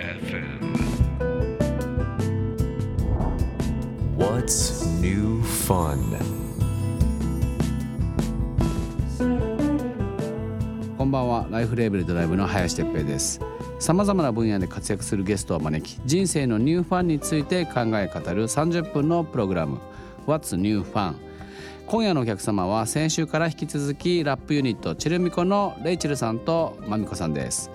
FM. What's new fun? こんばんはライフレーベルドライブの林哲平ですさまざまな分野で活躍するゲストを招き人生のニューファンについて考え語る30分のプログラム What's New Fun 今夜のお客様は先週から引き続きラップユニットチェルミコのレイチェルさんとマミコさんです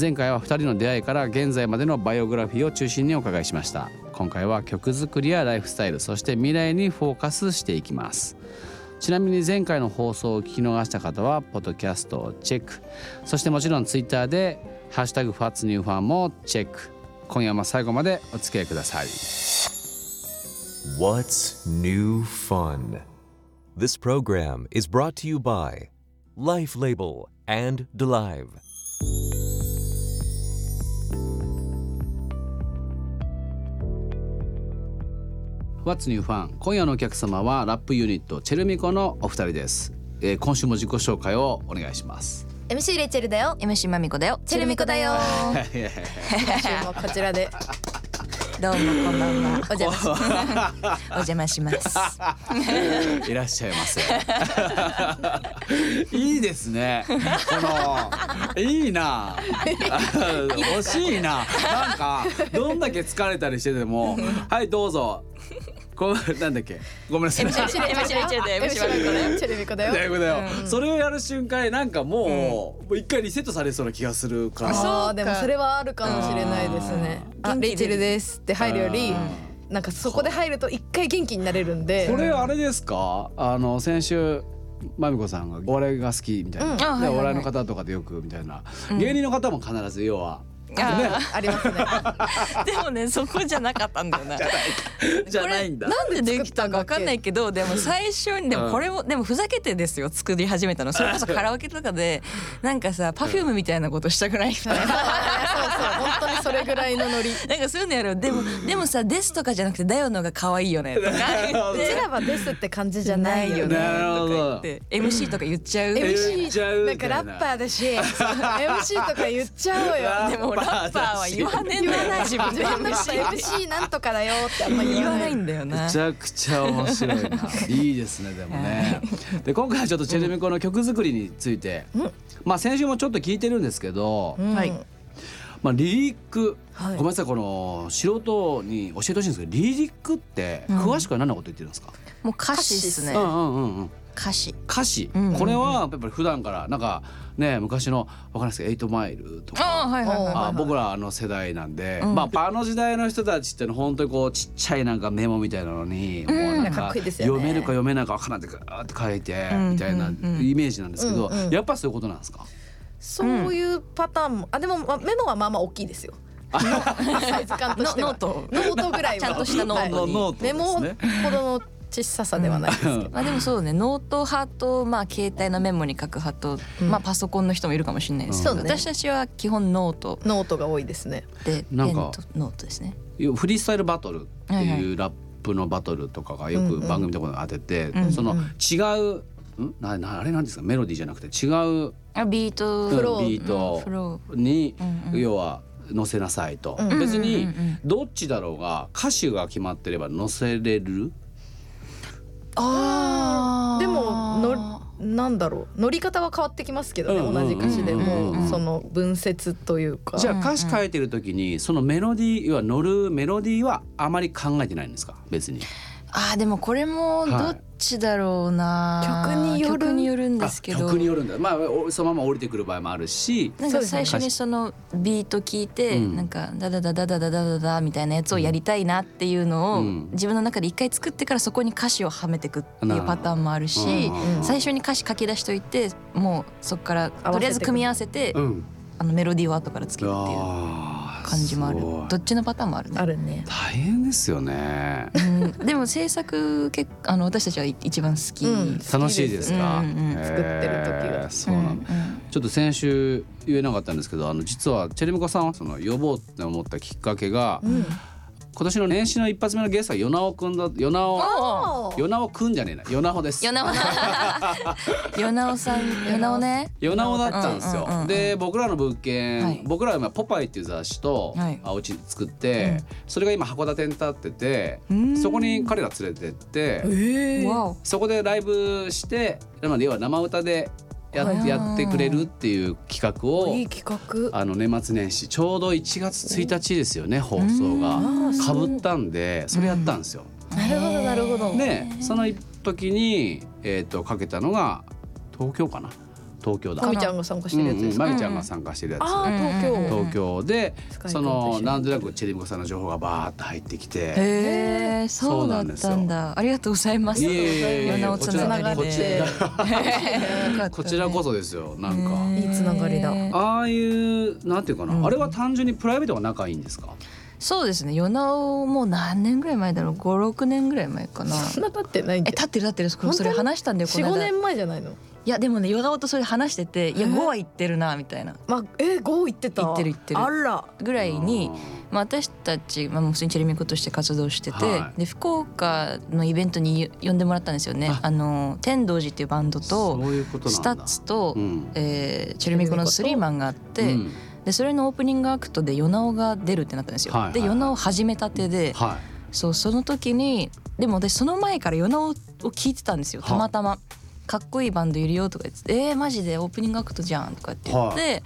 前回は2人の出会いから現在までのバイオグラフィーを中心にお伺いしました今回は曲作りやライフスタイルそして未来にフォーカスしていきますちなみに前回の放送を聞き逃した方はポッドキャストをチェックそしてもちろんツイッターで「ハッシュタグファッツニューファン」もチェック今夜も最後までお付き合いください What's new fun? This program is brought to you by Life Label and Delive. 「What's New Fun」今夜のお客様はラップユニットチェルミコのお二人です、えー今週も自己紹介をお願いします MC レイチェルだよ MC まみこだよチェルミコだよ今週もこちら でどうもこんばんはお邪魔します お邪魔しますいらっしゃいませいいですねこのいいな欲しいななんかどんだけ疲れたりしててもはいどうぞこうなんだっけごめんなさい MC レイチェルだよ MC まみこだよチェルミコだだよよだよ、それをやる瞬間になんかもう、もう一回リセットされそうな気がするからあーでもそれはあるかもしれないですねあレイチェルですって入るよりなんかそこで入ると一回元気になれるんでこれあれですかあの先週まみこさんがお笑いが好きみたいな、でお笑いの方とかでよくみたいな、芸人の方も必ず要はありますねでもねそこじゃなかったんだよなじゃないんだこれなんでできたかわかんないけどでも最初にでもこれも、でもふざけてですよ作り始めたのそれこそカラオケとかでなんかさパフュームみたいなことしたくないみたいな。そうそう本当にそれぐらいのノ リなんかそういうのやろうでもでもさ「です」とかじゃなくて「だよ」のが可愛いよねとか言っうちてらはですって感じじゃないよねなるほどとか言って MC とか言っちゃう言っちゃう MC なんみたかいなラッパー だし MC とか言っちゃおうでよもラッパーは言わねえん言わだよないな 自自分分でで MC MC なんとかだよってあんま言言わわなないいんだよなめちゃくちゃ面白いないいですねでもねで今回はちょっとチェルミコの曲作りについて、まあ先週もちょっと聞いてるんですけど、はいまあリリック、はいごめんなさいこの素人に教えてほしいんですけどリリックって詳しくは何のこと言ってるんですか、もう歌詞っすねうんうんうんうん歌詞歌詞、んうんうんこれはやっぱり普段からなんかね昔のわかんないですけど「エイトマイル」とか。ああはいはいはいあ僕らの世代なんで、まああの時代の人たちっての本当にこうちっちゃいなんかメモみたいなのに、もうなんかっこいいですよね読めるか読めないか分からんってガーって書いて、んみたいなイメージなんですけど、うんうんやっぱそういうことなんですかそういうパターンも、あでも、まあ、メモはまあまあ大きいですよ。サイズ感としてノノはートノートぐらいはちゃんとしたノートにノートですねメモほどの小ささではないですけど、まあでもそうねノート派とまあ携帯のメモに書く派と、まあパソコンの人もいるかもしれないですけど、そうね私たちは基本ノートノートが多いですね。でペンなとんかノートですね。フリースタイルバトルってはいはいいうラップのバトルとかがよく番組とかで当てて、んうんその違うんななあれなんですかメロディーじゃなくて違うあビートフロービートフロに、うんうん要は載せなさいと、ー別にうんうんうんどっちだろうが歌手が決まってれば載せれるあーでものなんだろう乗り方は変わってきますけどね、うんうんうん同じ歌詞でも、うんうんうんその分節というかじゃあ歌詞書いてる時にそのメロディー要は乗るメロディーはあまり考えてないんですか別に。あーでもこれもどっちだろうな、はい曲による曲によるんですけあど曲によるんだ、まあ、おそのまま降りてくる場合もあるしなんか最初にそのビート聞いて、うんなんかダダダダダダダダダみたいなやつをやりたいなっていうのを、うん自分の中で一回作ってからそこに歌詞をはめてくっていうパターンもあるしなるほどうん最初に歌詞書き出しといてもうそこからとりあえず組み合わせてうん、あのメロディーを後からつけるっていうあー感じもあるすごいどっちのパターンもあるね。あるね。大変ですよね。うんでも制作結構あの私たちは一番好き、うん楽しいですか、うんうんへー作ってる時はそうなんだ、うんちょっと先週言えなかったんですけどあの実はチェルミコさんはその呼ぼうって思ったきっかけが、今年の年始の一発目のゲストはヨナオくんだヨナオおーヨナオくんじゃねえなヨナホですヨナオヨナオさんヨナオねヨナオだったんですよ、うんうんうんうんで僕らの物件、はい僕らは今「ポパイ」っていう雑誌とはい青ち作って、うんそれが今函館に立ってて、うんそこに彼ら連れてって、えーわおそこでライブしてなので要は生歌でや,、はいやってくれるっていう企画をいい企画あの年末年始ちょうど1月1日ですよね放送がうんかぶったんでそれやったんですよ。なるほどなるほどでその時に、えー、とかけたのが東京かな東京だ。かみちゃんが参加してるやつでうすんかうん、まみちゃんが参加してるやつ、あー東京うん東京でスカイくんと一緒そにのなんとなくチェリミコさんの情報がバーッと入ってきて。へえそうだったんだありがとうございますいえいえいえヨナオこつちらながりこちでらよかったねこちらこそですよなんか、ねえいいつながりだああいうなんていうかな、うんあれは単純にプライベートが仲いいんですかそうですねヨナオもう何年ぐらい前だろう56年ぐらい前か なそんな経ってないんえで立ってる立ってるそれ本当そにれ話したんだよこ四の五間い年前じゃないのやでもねヨナオとそれ話してていやえー5は行ってるなみたいなまあえ五行ってた行ってる行ってるあらぐらいにまあ、私たち、まあ、もう普通にチェルミコとして活動してて、はいで福岡のイベントに呼んでもらったんですよねああの天童寺っていうバンドそとういうことなんだスタッツと、うんえーチェルミコのスリーマンがあって、うんでそれのオープニングアクトで「ヨナオが出るってなったんですよ。はいはいはいでヨナオ始めたてで、はそうその時にでも私その前から「ヨナオを聞いてたんですよはたまたま。かっこいいバンドいるよとか言って「えー、マジでオープニングアクトじゃん」とかって言って、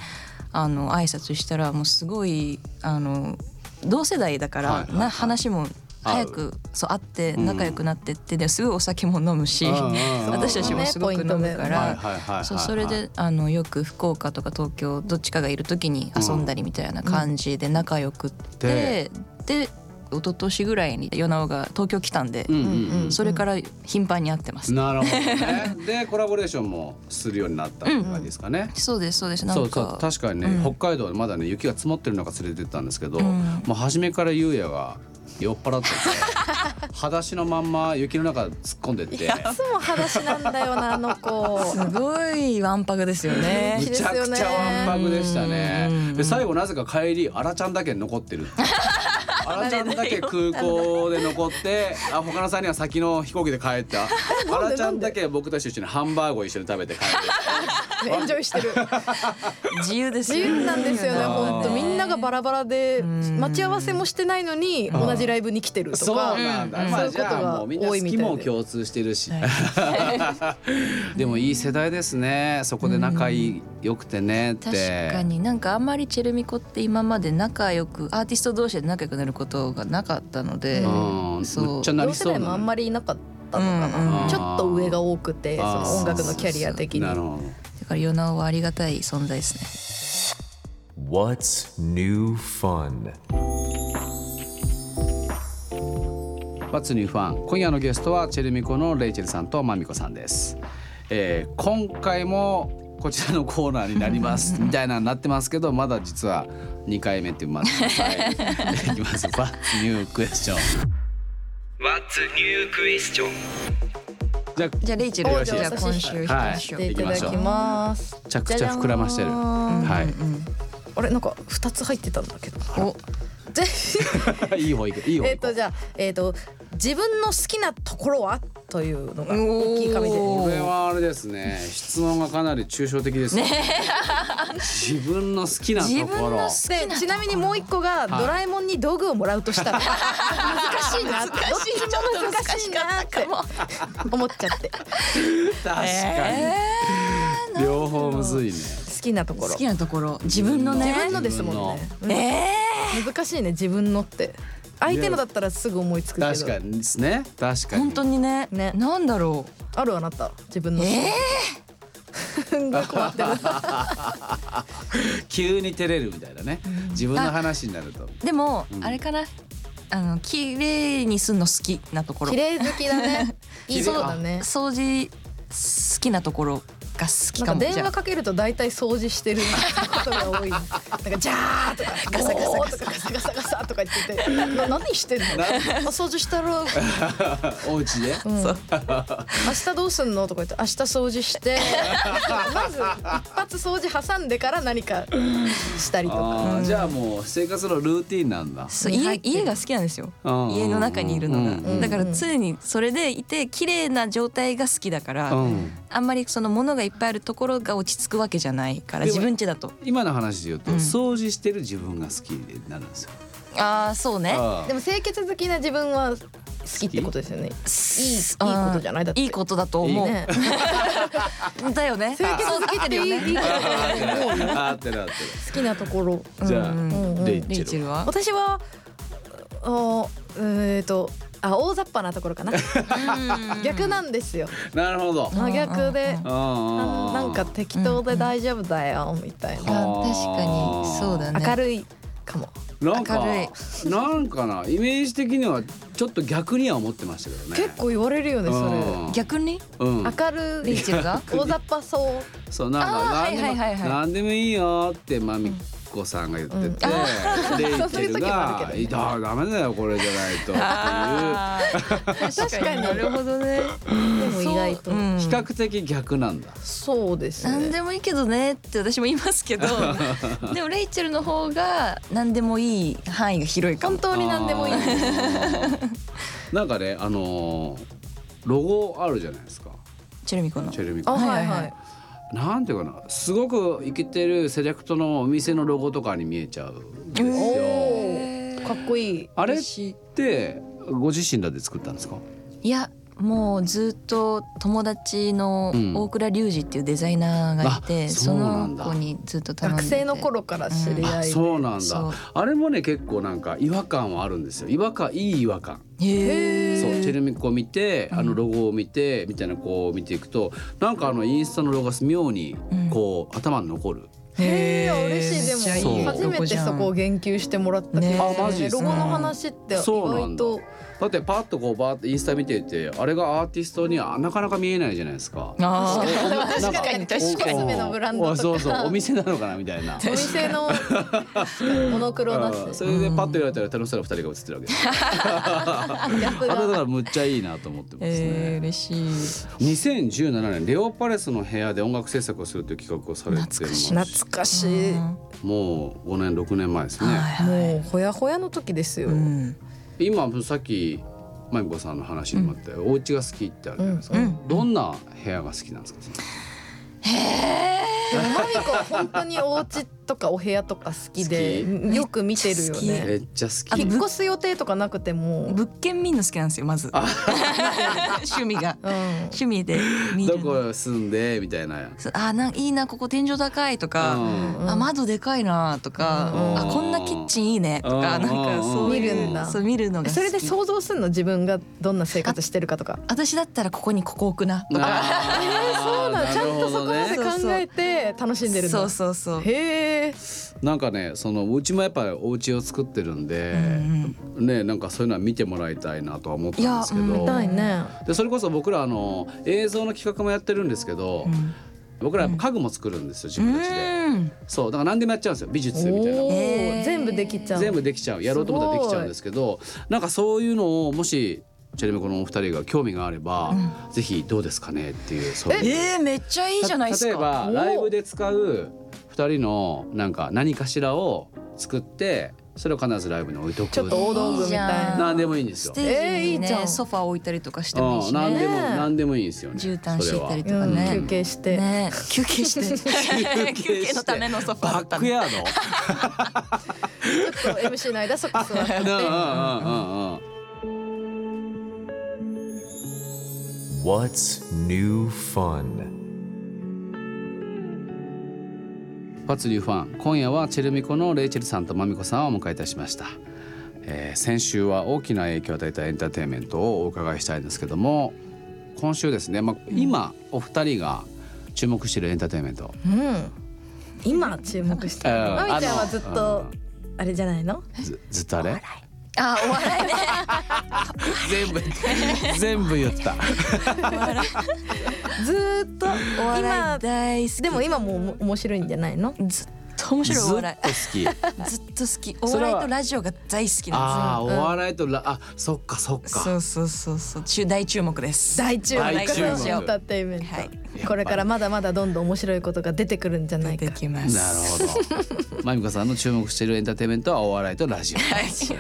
あの挨拶したらもうすごいあの同世代だから、はいはいはいな話も早くそう会ってうん仲良くなってって、ですぐお酒も飲むいし、うんうんうん 私たちもすごく飲むかポイントはら。だよいはいはいはいそうそれであのよく福岡とか東京どっちかがいる時に遊んだりみたいな感じで仲良くって、で一昨年ぐらいに与那が東京来たんで、うんうんうんそれから頻繁に会ってます。うんなるほどねでコラボレーションもするようになったって感じですかね、そうですそうですなそんうそうか確かにね、うん北海道でまだね雪が積もってる中連れてったんですけど、うんもう初めから優也が酔っ払ってて裸足のまんま雪の中突っ込んでっていつも話なんだよなあの子すごいわんぱくですよねむ。ちゃくちゃわんぱくでしたねうんで最後なぜか帰りあらちゃんだけ残ってる あらちゃんだけ空港で残ってあ他の3人は先の飛行機で帰ったあらちゃんだけ僕たちと一緒にハンバーグを一緒に食べて帰るエンジョイしてる自由です自よね由なんですよねうん本当みんながバラバラでん待ち合わせもしてないのに同じライブに来てるとそうかなんだ、うんまあそういうこじとゃあがもうみんな多好いみきたいもで共通してるし でもいい世代ですねそこで仲いい良くてねって確かになんかあんまりチェルミコって今まで仲良くアーティスト同士で仲良くなることがなかったので、うんそうむっちゃな同り世そう代もあんまりいなかったのかうんな、うんちょっと上が多くてそあーの音楽のキャリア的になるほどだからヨナオはありがたい存在ですね。 What's new fun? What's New Fun 今夜のゲストはチェルミコのレイチェルさんとマミコさんです、えー今回もこちらのコーナーになりますみたいなのになってますけどまだ実は2回目っていうまず、はい、いきます What's New Question What's new question? じゃあじゃあレイチェル、おじじゃあゃあ今週行きましょう。はでいただきますちゃくちゃ膨らましてるじゃじゃーんはいあれなんか二つ入ってたんだけどお、じゃいい方いくいい方えっ行こうとじゃあえっ、と自分の好きなところはというのが大きい紙でおーこれはあれですね質問がかなり抽象的ですね自分の好きなと自こ分のろ好きでちなみにもう一個がドラえもんに道具をもらうとしたら難しいなってどっちも難しいなって思っちゃって好確かに、両方む ずいねきなところ好きなところ、自分のね自。分のですもんね、ええうん難しいね自分のって相手のだったらすぐ思いつくけど確かにですね確かー、に本当にね。ねなんだろあるあなた自分う。の好きえすんごい困ってる急に照れるみたいなね自分の話になるとー、でも、んあれかな。あの綺麗にすんの好きなとこ ろ綺。麗好きだねいいそうだね掃除好きなところ。が好きなかんもか電じゃ話あかけると大体掃除してることが多い。なんかじゃーとかガサガサガサガサガサガサとか言ってて、な何してんの？あ掃除したろ。お家でうん明日どうすんのとか言って明日掃除してまず一発掃除挟んでから何かしたりとかあーじゃあもう生活のルーティンなんだそうに入家ってる家が好きなんですようん家の中にいるのが、うんうんだから常にそれでいて綺麗な状態が好きだから、うんあんまりその物がいっぱいあるところが落ち着くわけじゃないからでも自分家だと今の話で言うと、うん掃除してる自分が好きになるんですよああそうねあーでも清潔好きな自分は好きってことですよねいいいいことじゃないだっていいことだと思うねだよね清潔好きっていいいいことだとあーってな思うるあーってなってる好きなところじゃあ、うんうんうんレイチリーェチルェルはは私はおえっとあ大雑把なところかな逆なんですよなるほど、真逆でうんなあなんか適当で大丈夫だよみたいあなー確かにそうだね明るいかもなんか明なんかなイメージ的にはちょっと逆には思ってましたけどね結構言われるよねそれうん逆にうん、明るリいーチェルが大雑把そうそうなんかあー何でも、はいはいはいはい何でもいいよってまみこさんが言ってて、うんレイチェル そういう時もあがる「けいどだダメだよこれじゃないと」っあー確かになるほどねでも意外とそうう そうんていう比較的逆なんだ。です何ねでもいいけどねって私も言いますけど でもレイチェルの方が何でもいい範囲が広いか本も当に何でもいいあー なんかねあのーロゴあるじゃないですかチェルミコのチェルミコ。あはいはいなんていうかなすごくイケてるセレクトのお店のロゴとかに見えちゃうんですおよ。おかっこいいあれっ嬉しいてご自身らで作ったんですかいやもうずっと友達のうん大倉隆二っていうデザイナーがいて、あそそうなんのだ子にずっと頼んで学て生の頃から知り合あいそうなんそだうあれもね結構なんか違和感はあるんですよ違和感いい違和感へえそうチェルミコを見てあのロゴを見てみたいなこう見ていくとなんかあのインスタのロゴが妙にこう、頭に残るへえ嬉しいでもめっちゃそういい初め子てじゃんそこを言及してもらったけねどあマジっすロかゴの話って意そうなん外だとだってパッとこうバーってインスタ見ててあれがアーティストにはなかなか見えないじゃないですか。あー確 確かに確かにコスメのブランドとかそうそうお店なのかなみたい な。お店のモノクロだしうんそれでパッと言われたら楽しそうな二人が映ってるわけです。ギャップあれだかがらむっちゃいいなと思ってますえー、ね。嬉しい2017年レオパレスの部屋で音楽制作をするという企画をされて懐かしいま懐す。かしいうんももう5年6年前ですね。うほやほやの時ですようん今さっきまみこさんの話にもあったよ、お家が好きってあるじゃないですか。うんうんどんな部屋が好きなんですか。でもマミコは本当にお家とかお部屋とか好きでよく見てるよめっちゃ好きねめっちゃ好き。引っ越す予定とかなくても物件見るの好きなんですよまず 趣味がうん趣味で見どるのこ住んでみたいな。そうあーなんいいなここ天井高いとか、うんうんあ窓でかいなとか、うんあこんなキッチンいいねとか、うんなんかそういう見るんだそう見るのが好きそれで想像するの自分がどんな生活してるかとか私だったらここにここ置くなとかあーそうなのちゃんとそこまなるほでどね考えて楽しんでるんだそうそうそうへえなんかねそのうちもやっぱりお家を作ってるんで、うんねなんかそういうのは見てもらいたいなとは思ったんですけいやうどん痛いねでそれこそ僕らあの映像の企画もやってるんですけど、うん僕らやっぱ家具も作るんですよ自う分たちで、んそうだから何でもやっちゃうんですよ美術みたいなおおへー全部できちゃう全部できちゃうやろうと思ったらできちゃうんですけどなんかそういうのをもしチェルミコのお二人が興味があれば、ぜひどうですかねっていうそういうえー、めっちゃいいじゃないですかた例えばおーライブで使う2人のなんか何かしらを作ってそれを必ずライブに置いとくちょっと大道具いいみたいじゃなん何でもいいんですスよ。テージにえーいいね、じゃんソファー置いたりとかしてもいいうん、しね何でもね何でもいいんですよね。絨毯敷いた りとそれかはねうん休憩して、ね休憩して休憩のためのソファーだバったッのクヤ ード。ちょっと MC の間そこ座ってうんうんうんうんうん。 What's new fun? パツリューファン今夜はチェルミコのレイチェルさんとマミコさんをお迎えいたしました、えー先週は大きな影響を与えたエンターテインメントをお伺いしたいんですけども今週ですね、まあ、今お二人が注目しているエンターテインメント、うん今注目してるうんまみちゃんあはのずっとあれじゃないのずずっとあれあーお笑いね全部 全部言ったずーっとお笑今い大好きでも今もおも面白いんじゃないのずっと面ずっ白と好いお笑きいずっと好きおそれは笑いとラジオが大好きああなんお笑いとラあそっかそっですよそかうそうそうそう中大注目です大注大目注目エンターテインメント、はいこれからまだまだどんどん面白いことが出てくるんじゃな出いかてきますなるほどまみこさんの注目しているエンターテインメントはお笑いとラジオです、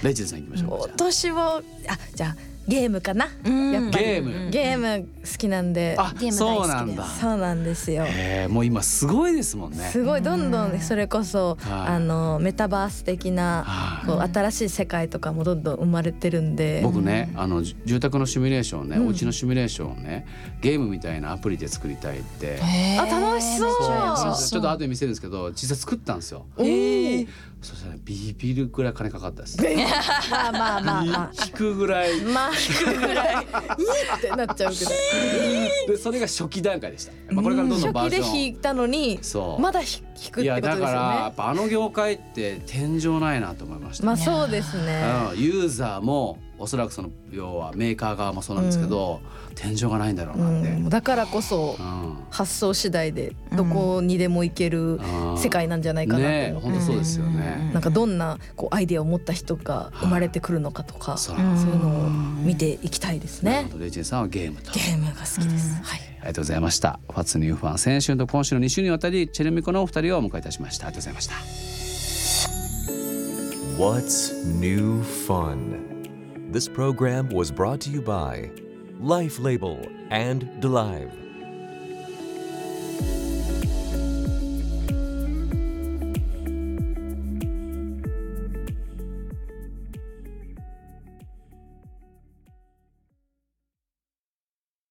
レイチェルさん行きましょうかじゃあ私はあじゃあゲームかな、んやっぱりゲームゲーム好きなんであゲーム大そ好うきですなんだそうなんですよへえもう今すごいですもんねすごいどんどんそれこそはいあのメタバース的なはいこう新しい世界とかもどんどん生まれてるんで僕ねあのじゅ住宅のシミュレーションをね、お家のシミュレーションをねゲームみたいなアプリで作りたいってへーあ楽しそうめっちゃ良そさうそうちょっと後で見せるんですけど実際作ったんですよおーそしたらビビるぐらい金かかったですまあまあまあま引くぐらいあまあぐらいいいってなっちゃうけどでそれが初期段階でした、まあ、これからどんどんバー初ジ期でョン弾いたのにそうまだ弾弾くっいてやことだですからやよっねぱあの業界って天井ないなと思いました、まあそうですねうんユーザーもおそらくその要はメーカー側もそうなんですけど、天井がないんだろううなって、うんんだからこそ発想次第でどこにでも行けるうん世界なんじゃないかなねとえ思って本当そうですよね、なんかどんなこうアイデアを持った人が生まれてくるのかとか、そそううないんですうのを見ていきたいですねあ。とレイチェンさんはゲームとゲームが好きです。はい。ありがとうございましたファツニューファン先週と今週の2週にわたりチェルミコのお二人をお迎えいたしましたありがとうございました What's New Fun? This program was brought to you by Life Label and DeLive.